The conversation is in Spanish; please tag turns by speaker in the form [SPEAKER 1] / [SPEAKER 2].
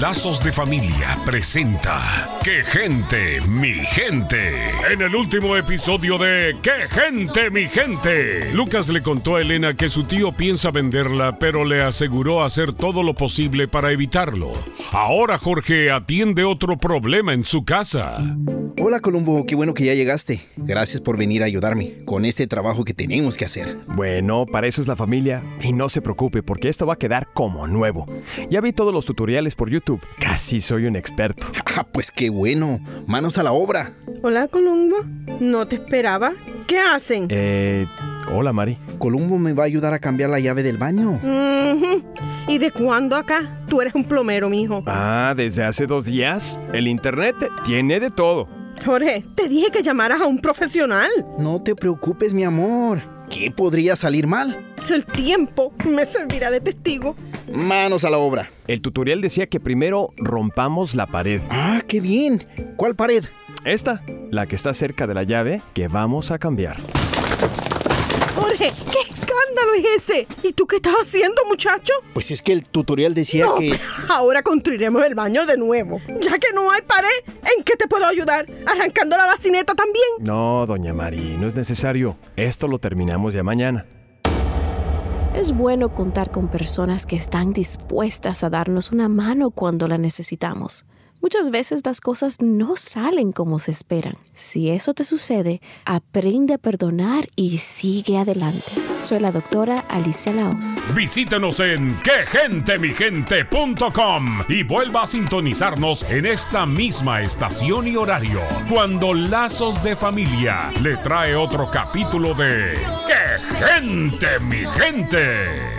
[SPEAKER 1] Lazos de Familia presenta ¡Qué gente, mi gente! En el último episodio de ¡Qué gente, mi gente! Lucas le contó a Elena que su tío piensa venderla, pero le aseguró hacer todo lo posible para evitarlo. Ahora Jorge atiende otro problema en su casa.
[SPEAKER 2] Hola Columbo, qué bueno que ya llegaste. Gracias por venir a ayudarme con este trabajo que tenemos que hacer.
[SPEAKER 3] Bueno, para eso es la familia. Y no se preocupe porque esto va a quedar como nuevo. Ya vi todos los tutoriales por YouTube. Casi soy un experto.
[SPEAKER 2] Ah, pues qué bueno. Manos a la obra.
[SPEAKER 4] Hola Columbo, no te esperaba. ¿Qué hacen?
[SPEAKER 3] Eh... Hola, Mari.
[SPEAKER 2] Columbo me va a ayudar a cambiar la llave del baño.
[SPEAKER 4] Ujú. ¿Y de cuándo acá? Tú eres un plomero, mijo.
[SPEAKER 3] Ah, desde hace dos días. El internet tiene de todo.
[SPEAKER 4] Jorge, te dije que llamaras a un profesional.
[SPEAKER 2] No te preocupes, mi amor. ¿Qué podría salir mal?
[SPEAKER 4] El tiempo me servirá de testigo.
[SPEAKER 2] Manos a la obra.
[SPEAKER 3] El tutorial decía que primero rompamos la pared.
[SPEAKER 2] Ah, qué bien. ¿Cuál pared?
[SPEAKER 3] Esta, la que está cerca de la llave que vamos a cambiar.
[SPEAKER 4] Jorge, ¿qué escándalo es ese? ¿Y tú qué estás haciendo, muchacho?
[SPEAKER 2] Pues es que el tutorial decía
[SPEAKER 4] No,
[SPEAKER 2] que...
[SPEAKER 4] Ahora construiremos el baño de nuevo. Ya que no hay pared, ¿en qué te puedo ayudar? ¿Arrancando la bacineta también?
[SPEAKER 3] No, doña Mari, no es necesario. Esto lo terminamos ya mañana.
[SPEAKER 5] Es bueno contar con personas que están dispuestas a darnos una mano cuando la necesitamos. Muchas veces las cosas no salen como se esperan. Si eso te sucede, aprende a perdonar y sigue adelante. Soy la doctora Alicia Laos.
[SPEAKER 1] Visítenos en quegentemigente.com y vuelva a sintonizarnos en esta misma estación y horario cuando Lazos de Familia le trae otro capítulo de ¡Qué gente, mi gente!